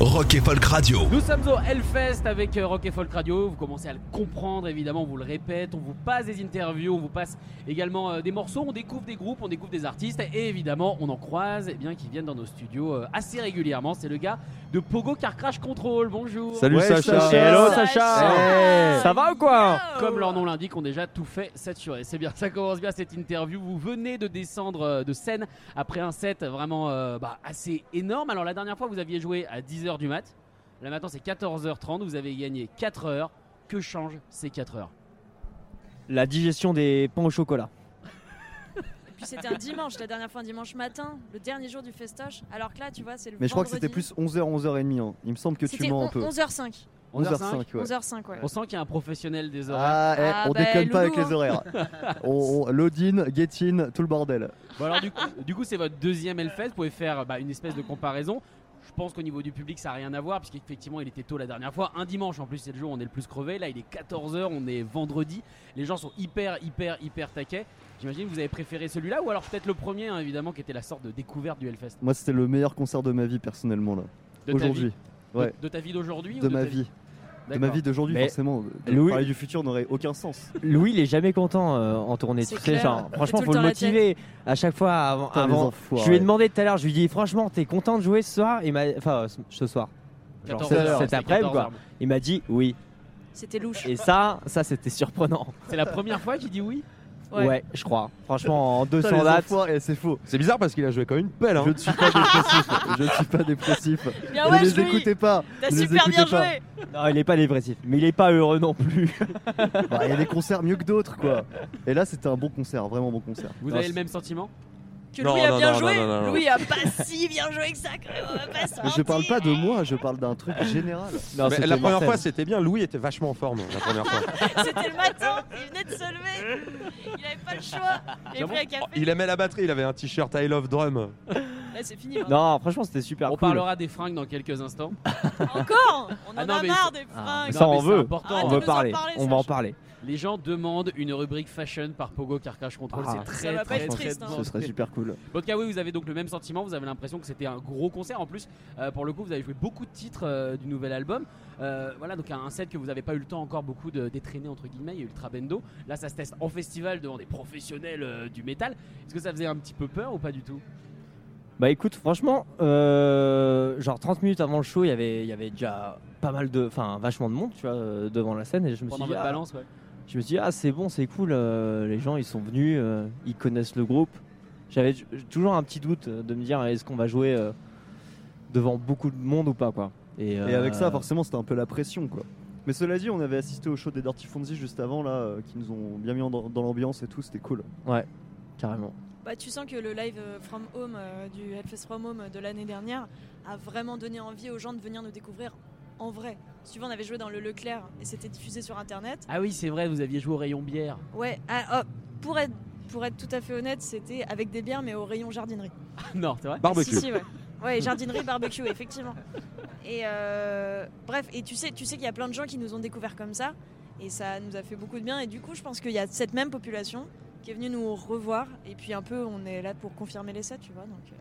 Rock et Folk Radio. Nous sommes au Hellfest avec euh, Rock et Folk Radio. Vous commencez à le comprendre, évidemment. On vous le répète. On vous passe des interviews. On vous passe également euh, des morceaux. On découvre des groupes. On découvre des artistes. Et évidemment, on en croise eh bien, qui viennent dans nos studios euh, assez régulièrement. C'est le gars de Pogo Car Crash Control. Bonjour. Salut Ouais, Sacha. Sacha. Hello, Sacha. Hey. Ça va ou quoi Comme leur nom l'indique, on déjà tout fait saturé. C'est bien, ça commence bien cette interview. Vous venez de descendre euh, de scène après un set vraiment euh, bah, assez énorme. Alors la dernière fois, vous aviez joué à 10h du mat. Là maintenant, c'est 14h30. Vous avez gagné 4 heures. Que change ces 4 heures La digestion des pains au chocolat. Puis c'était un dimanche, la dernière fois un dimanche matin, le dernier jour du festoche. Alors que là, tu vois, c'est le Mais je crois que c'était vendredi. plus 11h, 11h30. hein. Il me semble que tu C'était mens un on- peu. 11h05. 11h05 ouais. 11h05, ouais. On sent qu'il y a un professionnel des horaires. Ah, eh, Euh. Ah, on bah, déconne pas avec loulou, les horaires. on, on- Lodin, get in, tout le bordel. Bon, alors du coup, du coup, c'est votre deuxième Hellfest. Vous pouvez faire bah, une espèce de comparaison. Je pense qu'au niveau du public, ça n'a rien à voir, puisqu'effectivement, il était tôt la dernière fois. Un dimanche, en plus, c'est le jour où on est le plus crevé. Là, il est 14h, on est vendredi. Les gens sont hyper, hyper, hyper taquets. J'imagine que vous avez préféré celui-là, ou alors peut-être le premier, hein, évidemment, qui était la sorte de découverte du Hellfest. Moi, c'était le meilleur concert de ma vie, personnellement, là. De ta vie- Aujourd'hui. de- ouais. De, ta vie d'aujourd'hui ou De ta ma vie. De ma D'accord. vie d'aujourd'hui, Mais- forcément. De Louis- Parler du futur n'aurait aucun sens. Louis, il est jamais content euh, en tournée. C'est Tu sais, clair. genre, C'est franchement, tout le faut le temps la motiver. À chaque fois, avant. Putain, les avant- enfoirés. je lui ai demandé tout à l'heure, je lui ai dit, franchement, t'es content de jouer ce soir Il m'a- Enfin, euh, ce- ce soir. Genre, 14 cet- heures, cet c'était après-midi, 14 quoi. heures. Il m'a dit oui. C'était louche. Et ça, ça c'était surprenant. C'est la première fois qu'il dit oui. Ouais. Ouais. je crois. Franchement, en Putain, 200 les dates. enfoirés, eh, c'est faux. C'est bizarre parce qu'il a joué quand même une pelle. Hein. Je ne suis pas dépressif. je ne suis pas dépressif. Bien ne Ah ouais, les Louis, écoutez pas. T'as ne les super bien écoutez pas. joué. Non, il est pas dépressif, mais il est pas heureux non plus. Bah, Il y a des concerts mieux que d'autres, quoi. Et là, c'était un bon concert, vraiment bon concert. Vous Non, avez c'est- le même sentiment Que Non, Louis a non, bien non, joué. non, non, non. Louis a pas si bien joué que ça. quand même, on va pas se Mais je parle mentir. pas de moi, je parle d'un truc général. Non, Mais c'était la première mortel. fois, c'était bien. Louis était vachement en forme la première fois. C'était le matin, il venait de se lever. Il avait pas le choix. Il a J'avoue, pris un café. Il aimait la batterie. Il avait un t-shirt I Love Drum. Là, Bah, c'est fini. hein. maintenant. Non, franchement, c'était super On cool. parlera des fringues dans quelques instants. Encore On en Ah non, a mais- marre des Ah, fringues. ça, Non, mais on c'est veut. important. Arrête On de veut nous en parler. parler, On va en Sacha. parler. Les gens demandent une rubrique fashion par Pogo Car Crash Control. Ah, c'est ça très, va pas très, être très triste, hein. demandé. Ce serait super cool. Euh. En tout cas, oui, vous avez donc le même sentiment. Vous avez l'impression que c'était un gros concert. En plus, euh, pour le coup, vous avez joué beaucoup de titres euh, du nouvel album. Euh, voilà, donc un set que vous n'avez pas eu le temps encore beaucoup de détraîner entre guillemets. Il y a Ultra Bendo. Là, ça se teste en festival devant des professionnels euh, du métal. Est-ce que ça faisait un petit peu peur ou pas du tout Bah écoute, franchement, euh, genre 30 minutes avant le show, il y avait- il y avait déjà pas mal de. Enfin, vachement de monde, tu vois, euh, devant la scène. Et je me suis pendant dit, votre ah, balance ouais. je me suis dit, ah, c'est bon, c'est cool, euh, les gens, ils sont venus, euh, ils connaissent le groupe. J'avais t- toujours un petit doute euh, de me dire, est-ce qu'on va jouer euh, devant beaucoup de monde ou pas, quoi. Et, euh, Et avec ça, forcément, forcément c'était un peu la pression, quoi. Mais cela dit, on avait assisté au show des Dirty Fonzie juste avant, là, euh, qui nous ont bien mis en- dans, dans l'ambiance et tout, c'était cool. Carrément. Bah, tu sens que le live euh, From Home euh, du Hellfest From Home euh, de l'année dernière a vraiment donné envie aux gens de venir nous découvrir en vrai. Suivant, on avait joué dans le Leclerc et c'était diffusé sur internet. Ah oui, c'est vrai. Vous aviez joué au rayon bière. Ouais, ah, oh, pour, être, pour être tout à fait honnête, c'était avec des bières mais au rayon jardinerie. non, c'est vrai. Barbecue. Si, si, ouais. Ouais, jardinerie, barbecue, effectivement. Et euh, bref, et tu sais, tu sais qu'il y a plein de gens qui nous ont découvert comme ça et ça nous a fait beaucoup de bien. Et du coup, je pense qu'il y a cette même population qui est venue nous revoir et puis un peu, on est là pour confirmer l'essai, tu vois. Donc, euh,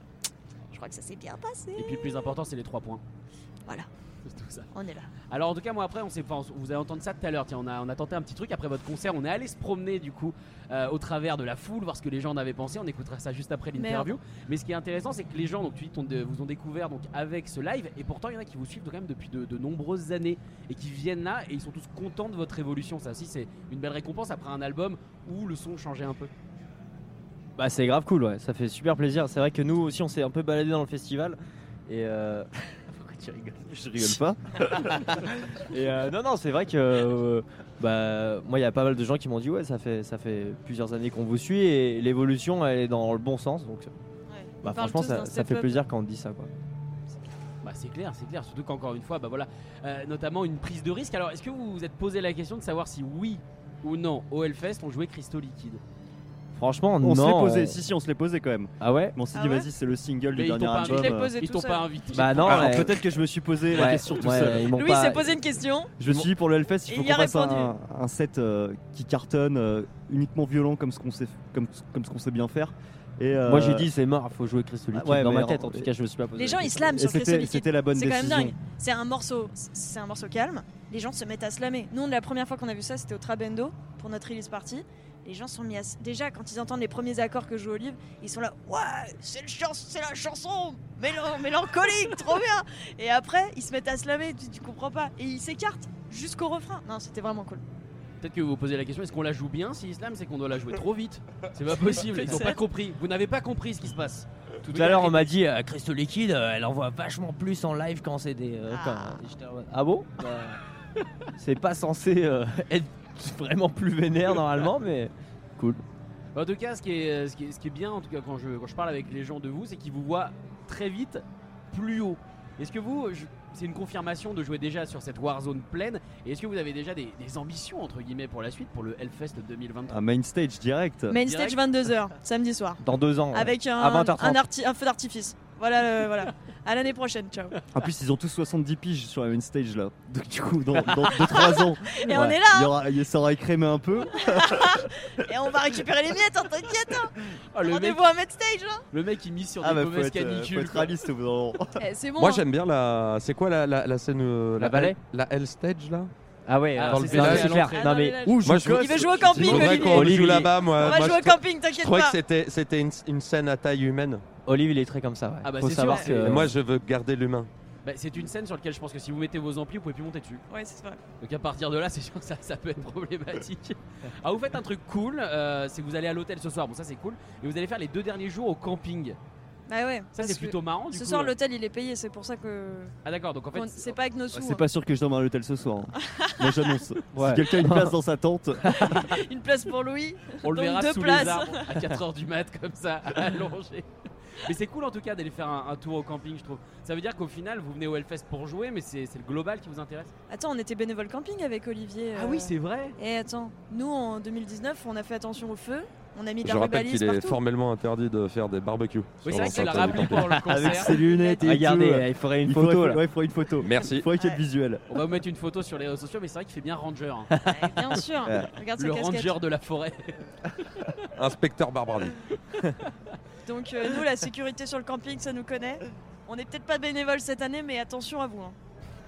je crois que ça s'est bien passé. Et puis le plus important, c'est les trois points. Voilà. C'est tout ça. On est là. Alors en tout cas moi après on s'est enfin, vous allez entendre ça tout à l'heure tiens on a on a tenté un petit truc après votre concert on est allé se promener du coup euh, au travers de la foule voir ce que les gens en avaient pensé on écoutera ça juste après l'interview mais ce qui est intéressant c'est que les gens donc tu dis t'ont- de- vous ont découvert donc avec ce live et pourtant il y en a qui vous suivent quand même depuis de, de nombreuses années et qui viennent là et ils sont tous contents de votre évolution ça aussi c'est une belle récompense après un album où le son changeait un peu Bah, c'est grave cool, ouais. Ça fait super plaisir. C'est vrai que nous aussi, on s'est un peu baladé dans le festival. Et. euh, Pourquoi tu rigoles Je rigole pas. Et, euh, non, non, c'est vrai que euh, bah, moi, il y a pas mal de gens qui m'ont dit Ouais, ça fait, ça fait plusieurs années qu'on vous suit et l'évolution, elle est dans le bon sens. Donc, bah, franchement, ça, ça fait plaisir quand on dit ça. Quoi. Bah, c'est clair, c'est clair. Surtout qu'encore une fois, bah voilà, euh, notamment une prise de risque. Alors, est-ce que vous vous êtes posé la question de savoir si oui ou non au Hellfest on jouait cristaux liquides Franchement, On non. se l'est posé, on- si, si, on se l'est posé quand même. Ah ouais Mais on s'est Ah dit, ouais vas-y, c'est le single Mais du ils t'ont dernier pas album. invité. l'ai posé Ils tout t'ont seul. pas invité. Bah, non, Alors, ouais. peut-être que je me suis posé la Ouais, question tout ouais, seul. ils m'ont Louis pas- s'est posé une question. Je me suis dit, pour le Hellfest, il Il faut y qu'on a fasse un, répondu. un set euh, qui cartonne, euh, uniquement violent comme ce qu'on sait, comme, comme ce qu'on sait bien faire. Et, euh, Moi j'ai dit c'est mort, faut jouer Crystal Liquid. Ouais, dans mais ma tête en- en tout cas, je me suis pas posé. Les la gens ils question. slament et sur Crystal c'était Liquide. c'était la bonne C'est quand décision. même dingue. C'est un morceau, c'est un morceau calme. Les gens se mettent à slammer. Nous, la première fois qu'on a vu ça, c'était au Trabendo pour notre release party. Les gens sont mis à s- déjà quand ils entendent les premiers accords que joue Olive, ils sont là ouais, c'est le chans- c'est la chanson mélan- mélancolique, trop bien. Et après, ils se mettent à slammer, tu, tu comprends pas, et ils s'écartent jusqu'au refrain. Non, c'était vraiment cool. Peut-être que vous vous posez la question est-ce qu'on la joue bien si Islam c'est qu'on doit la jouer trop vite C'est pas possible, ils n'ont pas compris. Vous n'avez pas compris ce qui se passe. Tout à l'heure on m'a dit euh, Crystal Liquid, euh, elle envoie vachement plus en live quand c'est des. euh, Ah. quand- j'étais en mode, ah bon Bah, C'est pas censé euh, être vraiment plus vénère normalement, mais cool. En tout cas, ce qui est, euh, ce qui est- ce qui est bien, en tout cas, quand je, quand je parle avec les gens de vous, c'est qu'ils vous voient très vite plus haut. Est-ce que vous, je- c'est une confirmation de jouer déjà sur cette Warzone pleine Et est-ce que vous avez déjà des, des ambitions, entre guillemets, pour la suite, pour le Hellfest 2023 Un main stage Euh, direct. Main Direct. stage 22h samedi soir Dans deux ans. ouais. avec un, À 20h30. un arti- un feu d'artifice. Voilà, le- voilà. À l'année prochaine, ciao. En plus, ils ont tous 70 piges sur la main stage là. Donc, du coup, dans 2-3 ans, Et on ouais, est là, hein. il y aura- il- ça aura écrémé un peu. Et on va récupérer les miettes, hein, t'inquiète. hein. Ah, le, mec, Rendez-vous à Medstage. Hein. le mec, il mise sur Ah des bah, faut mauvaises être, euh, faut canicules. être quoi. réaliste au bout d'un moment. Eh, c'est bon. Moi hein. j'aime bien la. C'est quoi la, la, la scène euh, La ballet La Hell Stage là Ah ouais, Ah, euh, dans le c'est- village, c'est à clair. l'entrée. Non Ah, mais là, Moi, je- je- Il veut jouer au camping, C'est vrai Olivier. qu'on Olivier. joue là-bas, On euh, moi. va moi, jouer au je, camping, je t'inquiète trouvais que pas. c'était, c'était une, une scène à taille humaine. Olive il est très comme ça. Ouais. Ah bah, Faut c'est savoir sûr, que. Et moi, je veux garder l'humain. Bah, c'est une scène sur laquelle je pense que si vous mettez vos amplis, vous pouvez plus monter dessus. Ouais, c'est vrai. Donc à partir de là, c'est sûr que ça, ça peut être problématique. Alors vous faites un truc cool, euh, c'est que vous allez à l'hôtel ce soir, bon ça c'est cool, et vous allez faire les deux derniers jours au camping. Bah ouais. Ça parce c'est que plutôt marrant du Ce coup. euh. soir, l'hôtel il est payé, c'est pour ça que. Ah d'accord, donc en fait qu'on- C'est pas avec nos sous. C'est hein. pas sûr que je dorme à l'hôtel ce soir. hein. Moi, j'annonce. Ouais. Si quelqu'un a une place dans sa tente, hein. Une place pour Louis. on le donc verra deux sous places. les arbres à 4h du mat comme ça, allongé. Mais c'est cool en tout cas d'aller faire un, un tour au camping je trouve. Ça veut dire qu'au final vous venez au Hellfest pour jouer mais c'est c'est le global qui vous intéresse Attends, on était bénévole camping avec Olivier. Ah euh. vrai Eh attends, nous en 2019, on a fait attention au feu. On a mis de Je la rappelle rebalise qu'il est partout. formellement interdit de faire des barbecues. Oui c'est sur vrai que tu l'as l'enceinte du rappelé pour le avec concert. ses lunettes et Regardez, tout, euh, il faudrait une il photo faudrait- là. ouais, il faudrait une photo. Merci. Il faudrait qu'il y ait Ouais. le visuel. On va vous mettre une photo sur les réseaux sociaux mais c'est vrai qu'il fait bien ranger. hein. Ouais, Eh, bien sûr. Euh, Regarde Le sa Ah, casquette. ranger de la forêt. camping. Inspecteur Barbardi. Donc euh, nous, la sécurité sur le camping, ça nous connaît. On n'est peut-être pas bénévoles cette année, mais attention à vous. hein.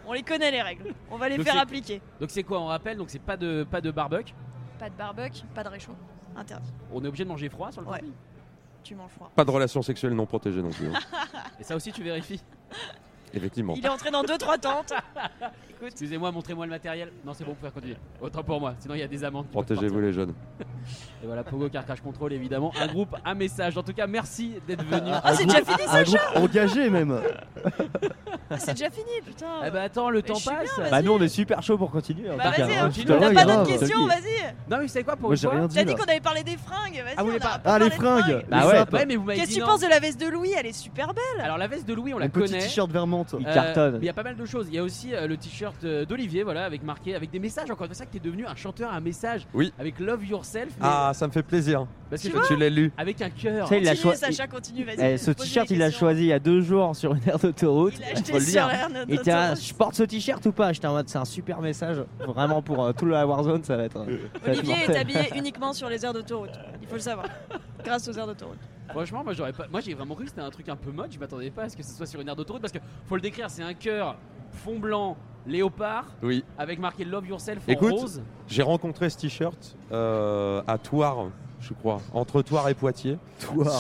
On les connaît les règles. On va les Donc faire c'est- appliquer. Donc c'est quoi on rappelle Donc c'est pas de, pas de barbecue, Pas de barbecue, pas de réchaud. Interdit. on est obligé de manger froid sur le Ouais. camping Tu manges froid. Pas de relations sexuelles non protégées non plus. hein. Et ça aussi, tu vérifies. Effectivement. Il est entré dans deux trois tentes. Écoute, Excusez-moi, montrez-moi le matériel. Non, c'est bon, vous pouvez continuer. Autant pour moi, sinon il y a des amendes. qui peuvent Protégez-vous partir. les jeunes. Et voilà, Pogo Car Crash Control, évidemment. Un groupe, un message. En tout cas, merci d'être venu. ah c'est déjà fini, Un groupe engagé même. ah, c'est déjà fini, putain. ben, Eh bah attends, le temps je suis passe. Bah nous on est super chaud pour continuer. en Bah, tout cas. vas-y, hein. Putain, T'as ouais, pas grave. d'autres questions, vas-y. non, mais vous savez quoi pour Moi, une j'ai fois rien T'as dit dit là. qu'on avait parlé des fringues, vas-y. Ah, vous on voulez a pas- Ah, parlé les de fringues. Bah les ouais. sapes, Ouais, mais vous m'avez Qu'est-ce dit que tu non. penses de la veste de Louis Elle est super belle. Alors, la veste de Louis, on Mon la petit connaît. t-shirt vermente. Il Euh, cartonne. mais il y a pas mal de choses. Il y a aussi euh, le t-shirt euh, d'Olivier, voilà, avec marqué, avec des messages. Encore une fois, c'est ça que t'es devenu un chanteur à un message. Oui. Avec Love Yourself. mais- Ah, ça me fait plaisir. parce que que tu l'as lu. avec un cœur. Tu sais, il a Continue, choi- Sacha, continue, vas-y. Eh, ce Posez t-shirt, des il l'a questions. choisi il y a deux jours sur une aire d'autoroute. Il l'a Faut acheté le sur dire. l'air Et t'es là, je porte ce t-shirt ou pas J'étais en mode, c'est un super message. Vraiment pour euh, tout le Warzone, ça va être. euh, ça va être Olivier est mortel. habillé uniquement sur les aires d'autoroute. Il faut le savoir. Grâce aux aires d'autoroute. Franchement, moi j'aurais pas. Moi j'ai vraiment cru que c'était un truc un peu mode. Je m'attendais pas à ce que ce soit sur une aire d'autoroute parce que faut le décrire, c'est un cœur fond blanc, léopard, Oui. avec marqué Love Yourself en Écoute. rose. J'ai rencontré ce t-shirt euh, à Toire, je crois, entre Toire et Poitiers,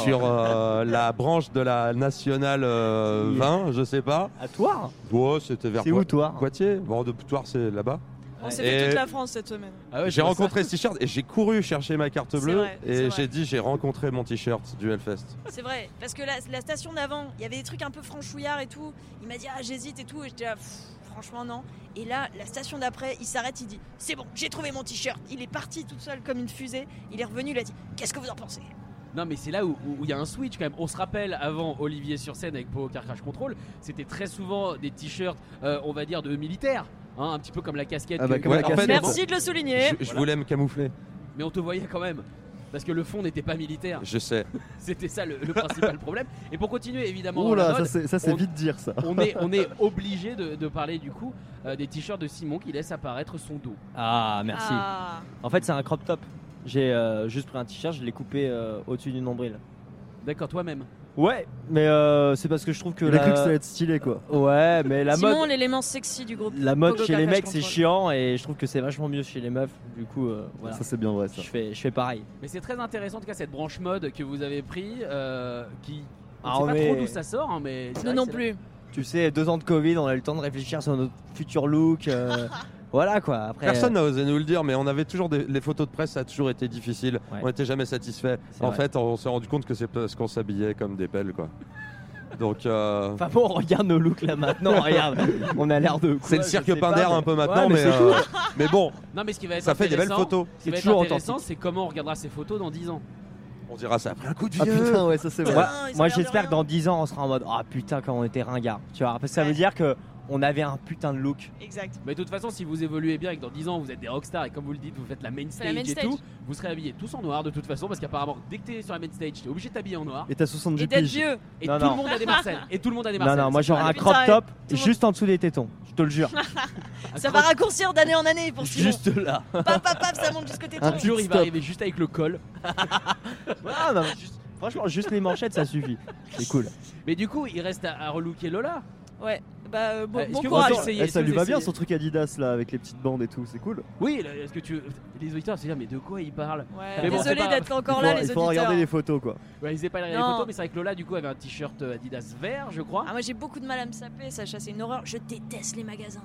sur euh, la branche de la nationale euh, C'est- 20, je sais pas. À toi Ouais, c'était vers C'est où Poi- toi Poitiers. Bon, de Toire, c'est là-bas. On s'est Et- fait toute la France cette semaine. Ah ouais, je j'ai vois ça. rencontré ce t-shirt et j'ai couru chercher ma carte C'est bleue vrai, c'est et vrai. j'ai dit j'ai rencontré mon t-shirt du Hellfest. C'est vrai, parce que la, la station d'avant, il y avait des trucs un peu franchouillards et tout. Il m'a dit ah j'hésite et tout, et j'étais là, pff, franchement non. Et là, la station d'après, il s'arrête, il dit c'est bon, j'ai trouvé mon t-shirt. Il est parti tout seul comme une fusée. Il est revenu, il a dit qu'est-ce que vous en pensez Non, mais c'est là où où- où il y a un switch quand même. On se rappelle avant Olivier sur scène avec Power Car Crash Control, c'était très souvent des t-shirts, euh, on va dire, de militaires. hein, un petit peu comme la casquette. Ah bah, que- comme la en fait, casquette. Merci de le souligner. Je, je voulais me camoufler, Mais on te voyait quand même. Parce que le fond n'était pas militaire. je sais. C'était ça le, le principal problème. Et pour continuer, évidemment, dans la Oula, ça mode, c'est- ça c'est on- vite dire ça. on est, on est obligé de, de parler du coup euh, des t-shirts de Simon qui laisse apparaître son dos. Ah, merci. Ah. En fait, c'est un crop top. J'ai euh, juste pris un t-shirt, je l'ai coupé euh, au-dessus du nombril. D'accord, toi-même. Ouais, mais euh, c'est parce que je trouve que Il la... a cru que ça allait être stylé quoi. Ouais, mais la Simon, mode. l'élément sexy du groupe. La mode Pogo chez les Café, mecs, je c'est contrôle. chiant et je trouve que c'est vachement mieux chez les meufs. Du coup, euh, voilà. Ça c'est bien vrai ça. Je fais, je fais pareil. Mais c'est très intéressant en tout cas cette branche mode que vous avez pris, euh, qui on Ah, sait pas mais- trop d'où ça sort, hein, mais c'est Nous vrai non que c'est- plus. Tu sais, deux ans de Covid, on a eu le temps de réfléchir sur notre futur look. euh, voilà quoi. Après, Personne n'a osé nous le dire, mais on avait toujours des, les photos de presse, ça a toujours été difficile. Ouais. On n'était jamais satisfait. C'est En vrai. fait, on s'est rendu compte que c'est parce qu'on s'habillait comme des pelles, quoi. Donc, euh, Enfin bon, regarde nos looks là maintenant. regarde, on a l'air de. quoi, c'est le je cirque sais pain pas, d'air mais- un peu Ouais, maintenant, mais mais, c'est euh, mais bon, Non mais ce qui va être ça fait des belles intéressant- photos. Ce qui va être toujours intéressant, c'est comment on regardera ces photos dans 10 ans. On dira ça après un coup de Ah vieux. putain, ouais, ça c'est vrai. Moi, ils ont moi l'air de j'espère rien. que dans 10 ans, on sera en mode Ah putain, quand on était ringard. Tu vois, parce que ça veut Ouais. dire que on avait un putain de look. Exact. Mais de toute façon, si vous évoluez bien et que dans 10 ans vous êtes des rockstars et comme vous le dites, vous faites la main C'est stage, la main et stage. tout, vous serez habillés tous en noir de toute façon parce qu'apparemment, dès que t'es sur la main stage, t'es obligé de t'habiller en noir Et t'as 70 Et d'être piges. vieux. et Non, tout non. le monde a des Marcel. Et tout le monde a des Non, Marcel. non, moi C'est j'aurai pas un la- crop putain, top tout le monde- juste en dessous des tétons. Je te le jure. un Ça va crop- raccourcir d'année en année pour Simon. juste là. Pap, pap, pap, ça monte jusqu'au téton. Un jour, il va arriver juste avec le col. Ah, non, mais juste- franchement, juste les manchettes, ça suffit. C'est cool. Mais du coup, il reste à, à relooker Lola. Ouais. Bah euh, bon, Est-ce bon que vous courage. essayez- Eh, est-ce que ça lui vous va bien essayez son truc Adidas là avec les petites bandes et tout, c'est cool. Oui, là, est-ce que tu. Les auditeurs se disent, mais de quoi ils parlent Ouais, Mais bon, désolé c'est pas- d'être encore il faut, là, il les faut auditeurs. regarder les photos quoi. Ouais, ils n'avaient pas les Non. photos, mais c'est vrai que Lola, du coup, avait un t-shirt euh, Adidas vert, je crois. Ah, moi j'ai beaucoup de mal à me saper, Sacha, c'est une horreur. Je déteste les magasins.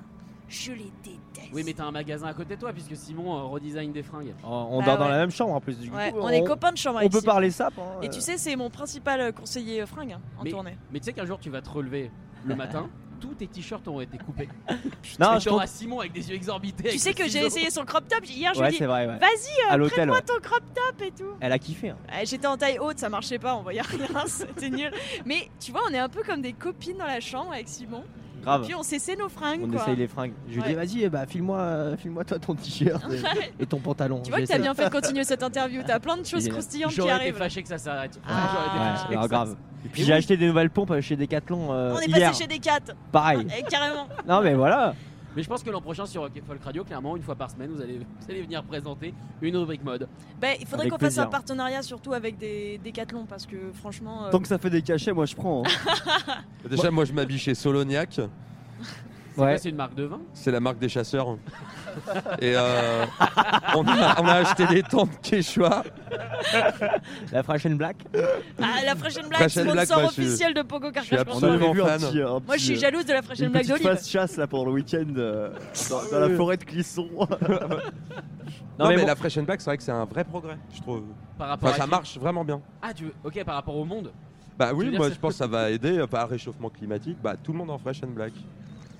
Je les déteste. Oui, mais t'as un magasin à côté de toi, puisque Simon euh, redesign des fringues. On, on Bah dort dans ouais. la même chambre en plus. Du Ouais, coup, on, est copains de chambre on avec peut Simon. parler ça. hein, Et euh, tu sais, c'est mon principal euh, conseiller euh, fringue hein, en Mais- tournée. Mais tu sais qu'un jour, tu vas te relever le matin, tous tes t-shirts auront été coupés. Non, Et je t'auras trouve- Simon avec des yeux exorbités. tu avec sais le que j'ai ciseau. essayé son crop top hier, je eh, Ouais, lui ai c'est dit vrai. ouais. vas-y, À l'hôtel, prends ouais. ton crop top et tout. elle a kiffé. hein. Euh, J'étais en taille haute, ça marchait pas, on voyait rien, c'était nul. Mais tu vois, on est un peu comme des copines dans la chambre avec Simon. Grave. Puis on s'essaie nos fringues On quoi. essaye les fringues. Je lui dis, Ouais. vas-y, eh bah, file-moi euh, file-moi toi ton t-shirt et- et ton pantalon. Tu vois Je que t'as vais bien fait de continuer cette interview, t'as plein de choses Génial. croustillantes qui J'aurais été arrivent. fâché que ça s'arrête. Ah. J'aurais été essayer. fâché Ouais, que alors ça grave. Et puis Et j'ai oui. acheté des nouvelles pompes euh, chez Decathlon euh, On est hier. passé chez des 4 Pareil. carrément. Non mais voilà. Mais je pense que l'an prochain sur Rock Folk Radio, clairement, une fois par semaine, vous allez, vous allez venir présenter une rubrique mode. Ben, il faudrait Avec qu'on fasse plaisir. un partenariat surtout avec des Décathlon parce que franchement. euh, Tant que ça fait des cachets, moi je prends. hein. Déjà, moi, je m'habille chez Soloniac. Ouais. Ouais. C'est une marque de vin. C'est la marque des chasseurs. Et euh, on, a, on a acheté des tentes Quechua. La Fresh and Black. Ah, la prochaine blague, Fresh and sponsor Black, moi, je suis- officiel de Pogo suis Carcass. On absolument- avait vu un fan. petit, un Moi, je petit, suis euh, jalouse de la prochaine Une blague petite d'Olive. face chasse là pendant le week-end euh, dans, dans la forêt de Clisson. Non, mais, bon, la Fresh and Black, c'est vrai que c'est un vrai progrès, je trouve. Par rapport Enfin, à ça qui- marche vraiment bien. Ah, tu veux. Ok, par rapport au monde. Bah veux oui, dire, moi, c'est- je pense que ça va aider euh, par réchauffement climatique. Bah, tout le monde en Fresh and Black.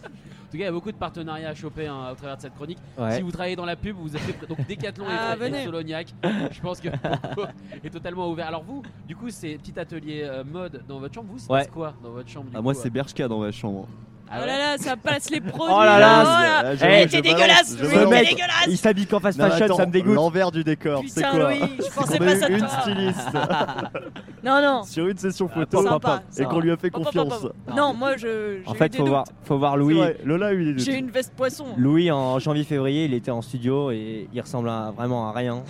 En tout cas, il y a beaucoup de partenariats à choper hein, au travers de cette chronique. ouais. Si vous travaillez dans la pub, vous avez pr- donc Decathlon Ah, et- et venez. Soloniac. Je pense que Pogo est totalement ouvert. Alors vous, du coup, c'est petit atelier euh, mode dans votre chambre. Vous, c'est Ouais. quoi dans votre chambre du Ah, coup, moi euh c'est Bershka dans ma chambre. Ah oh ouais là là, ça passe les produits. Oh là là, voilà. c'est- ah, j'avoue, Eh, je t'es balance, dégueulasse, je Louis, balance. t'es Mec. dégueulasse. Ah, Il s'habille qu'en fast Non, mais fashion, attends, ça me dégoûte. L'envers du décor, c'est Putain, quoi Louis, je On pensais a pas eu ça de une toi. styliste Non, non. sur une session photo Sympa, et sympa. qu'on lui a fait Pop, pop, pop, confiance. pop. Non, moi, je. j'ai En eu fait, des faut doutes. voir, faut voir C'est Louis. vrai, Lola a eu des doutes. J'ai une veste poisson. Louis en janvier-février, il était en studio et il ressemble à- vraiment à rien.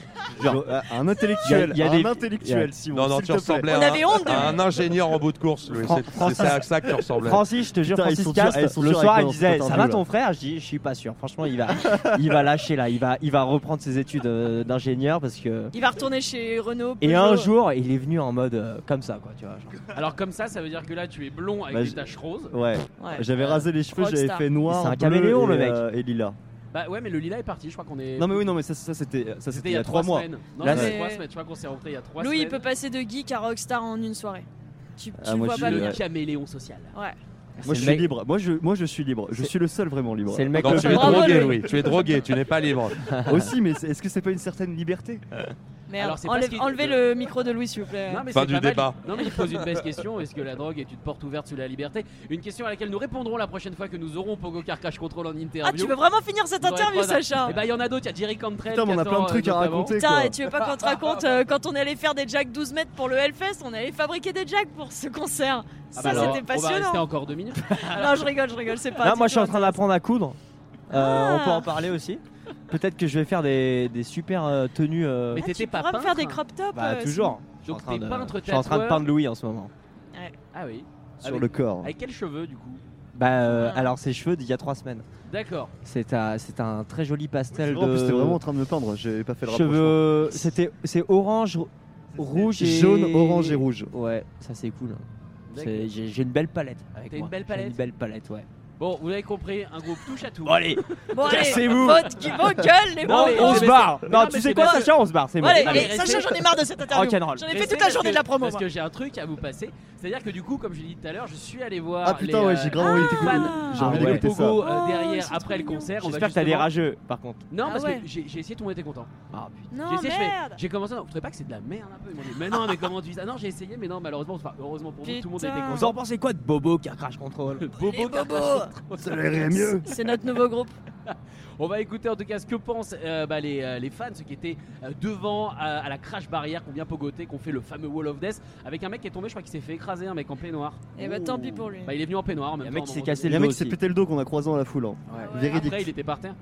Genre, euh, un intellectuel, Il y a- il y a un des- il y intellectuel, Simon. Non, non, tu s'il te plaît. ressemblais On à, avait honte de à lui. un ingénieur en bout de course. Louis. Fran- C'est- Francis- C'est à ça que tu ressemblais. Francis, je te jure, Putain, ils Francis sont Cast, sûrs- ils sont le sûrs soir, avec il moi, disait putain, Ça t'es va nul. ton frère Je dis Je suis pas sûr. Franchement, il va, il va lâcher là. Il va, il va reprendre ses études euh, d'ingénieur parce que. Il va retourner chez Renault. Et Peugeot. un jour, il est venu en mode euh, comme ça, quoi, tu vois. genre. Alors comme ça, ça veut dire que là, tu es blond avec Bah, des je- taches roses. Ouais, Ouais. j'avais rasé les cheveux, j'avais Rockstar. fait noir. C'est un bleu caméléon, et, le mec. euh, et lila. Bah ouais, mais le lilas est parti, je crois qu'on est. Non, mais oui, non, mais ça, ça, c'était ça, c'était il y a 3 mois. semaines. Non, Là, mais c'est- trois semaines, je crois qu'on s'est rencontrés il y a 3 Louis, il semaines. peut passer de geek à rockstar en une soirée. Tu, tu Ah, le moi, vois je pas suis- venir. le caméléon social. Ouais. Moi, je C'est suis le mec- libre. Moi, je, moi, je suis libre. Je C'est- suis le seul vraiment libre. C'est le mec Non, le tu es plus Bravo, drogué, Louis. Louis. Tu es drogué, tu n'es pas libre. Aussi, mais c'est- est-ce que c'est pas une certaine liberté Merde, Alors, c'est pas ce enlève- qu'il- enlevez le micro de Louis, s'il vous plaît. Non, mais Fin c'est du pas mal. débat. Non, mais il pose une belle question. Est-ce que la drogue est une porte ouverte sous la liberté Une question à laquelle nous répondrons la prochaine fois que nous aurons Pogo Car Crash Control en interview. ah, tu veux vraiment finir cette Vous aurez interview, trois- Sacha Et bah, il y en a d'autres. Il y a Jerry Cantrell. Putain, mais on a qui plein de attend, trucs euh, à notamment. raconter. Putain, quoi. et tu veux pas qu'on te raconte euh, quand on est allé faire des jacks 12 mètres pour le Hellfest, on allait fabriquer des jacks pour ce concert. Ah, Ça, bah, alors, c'était On va rester passionnant. encore deux minutes. Non, je rigole, je rigole, c'est pas. Là, du moi, tout je suis en train intéressant. d'apprendre à coudre. Euh, On peut Ah. en parler aussi. Peut-être que je vais faire des, des super euh, tenues. euh, Mais Ah, t'étais tu pas pourras me faire peintre, des hein. crop tops. bah, euh, toujours. Je suis en Donc, train t'es de- peintre, Je suis en train de tatoueur. peindre Louis en ce moment. Ah oui. Sur Avec- le corps. Avec quels cheveux du coup Bah, euh, Ah. alors, ses cheveux d'il y a trois semaines. D'accord. C'est un, c'est un très joli pastel En plus, de t'es vraiment en train de me peindre. J'ai pas fait le rapprochement. cheveux. C'était, c'est orange, r- rouge et Jaune, orange et rouge. Ouais, ça c'est cool. D'accord. C'est- J'ai j'ai une belle palette. avec T'as une moi. belle J'ai palette Une belle palette, ouais. Bon, vous l'avez compris, un groupe touche à tout. Bon, allez, c'est- Bon, allez, cassez-vous. vote qui vos gueules, les Non, bons mais- on cons. se mais barre. c'est- Non, non, mais tu sais c'est quoi, parce que- Sacha, on se barre. C'est bon. Allez, Allez, allez, restez- Sacha, j'en ai marre de cette interview. Rock'n'roll. J'en ai fait Restez toute la journée parce de la promo. Parce moi. que j'ai un truc à vous passer. C'est-à-dire que du coup, comme je l'ai dit tout à l'heure, je suis allé voir. Ah putain, les, ouais, euh, j'ai grave envie d'écouter. Ah. J'ai envie Ah ouais. d'écouter ça. Pogo, euh, Oh, ils derrière sont après trop le concert. on va J'espère que t'as des justement- rageux, par contre. Non, Ah parce ouais. que j'ai j'ai essayé de tourner tes contents. Ah, J'ai Non, essayé, je fais- merde. J'ai commencé, vous trouvez pas que c'est de la merde un peu Ils m'ont dit, mais non, mais comment tu dis ça Non, j'ai essayé, mais non, malheureusement, enfin, heureusement pour vous, tout le monde a été Putain. content. Vous en pensez quoi de Bobo qui a crash control Les Bobo bobos. Ça l'air mieux. C'est notre nouveau groupe. On va écouter en tout cas ce que pensent euh, bah, les, euh, les fans, ceux qui étaient euh, devant à, à la crash barrière, qu'on vient pogoter, qu'on fait le fameux Wall of Death, avec un mec qui est tombé, je crois qu'il s'est fait écraser, un mec en peignoir. Et bah, tant pis pour lui. Bah, il est venu en peignoir en même Il y a un temps, mec à qui un s'est moment cassé Il y a le un dos. mec qui s'est aussi. pété le dos qu'on a croisé dans la foule. hein. Ouais. Véridique. Après, il était par terre.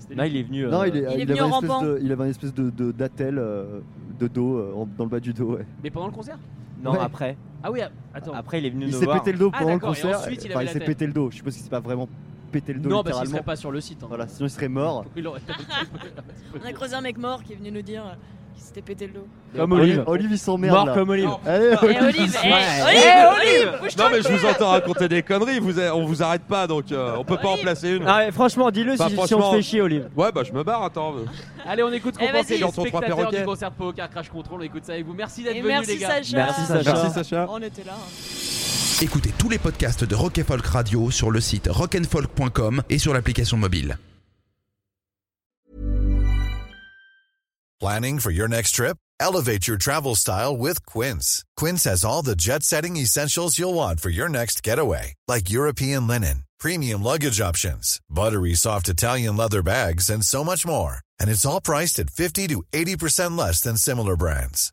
C'était Là, lui. il est venu. Non, euh, il, est- est il venu avait une espèce rampant. de- il avait une espèce de de- d'attelle euh, de dos euh, en- dans le bas du dos. ouais. Mais pendant le concert Non, Ouais. après. Ah oui, ah, attends. Après, il est venu Il nous s'est voir. pété le dos Ah, pendant le d'accord, et concert. ensuite, il Enfin, avait il la s'est tête. pété le dos. Je suppose qu'il s'est pas vraiment pété bah, le dos non, parce qu'il littéralement. serait pas sur le site. hein. Voilà, sinon il serait mort. Il aurait- On a creusé un mec mort qui est venu nous dire euh, qu'il s'était pété le dos. Comme Olive. Olive, il s'emmerde. Mort là. comme Olive. Allez, Eh, Olive. Olive, eh, Ouais. Olive, Olive, bouge-toi Non, mais je le vous entends raconter des conneries. Vous, avez- on vous arrête pas, donc euh, on peut pas en Olive. placer une. Ah, ouais, franchement, dis-le Bah, si, si on franchement. se fait chier, Olive. Ouais, bah je me barre, attends. Allez, on écoute ce Eh, qu'on pense vas-y. les Sur ton trois spectateurs du perroquets. concert Poker Crash Control. On écoute ça avec vous. Merci d'être Et venus, les merci gars. Sacha. Merci, Sacha. Merci, Sacha. On était là. hein. Écoutez tous les podcasts de Rock and Folk Radio sur le site rockandfolk.com et sur l'application mobile. Planning for your next trip? Elevate your travel style with Quince. Quince has all the jet setting essentials you'll want for your next getaway, like European linen, premium luggage options, buttery soft Italian leather bags, and so much more. And it's all priced at 50 to 80% less than similar brands.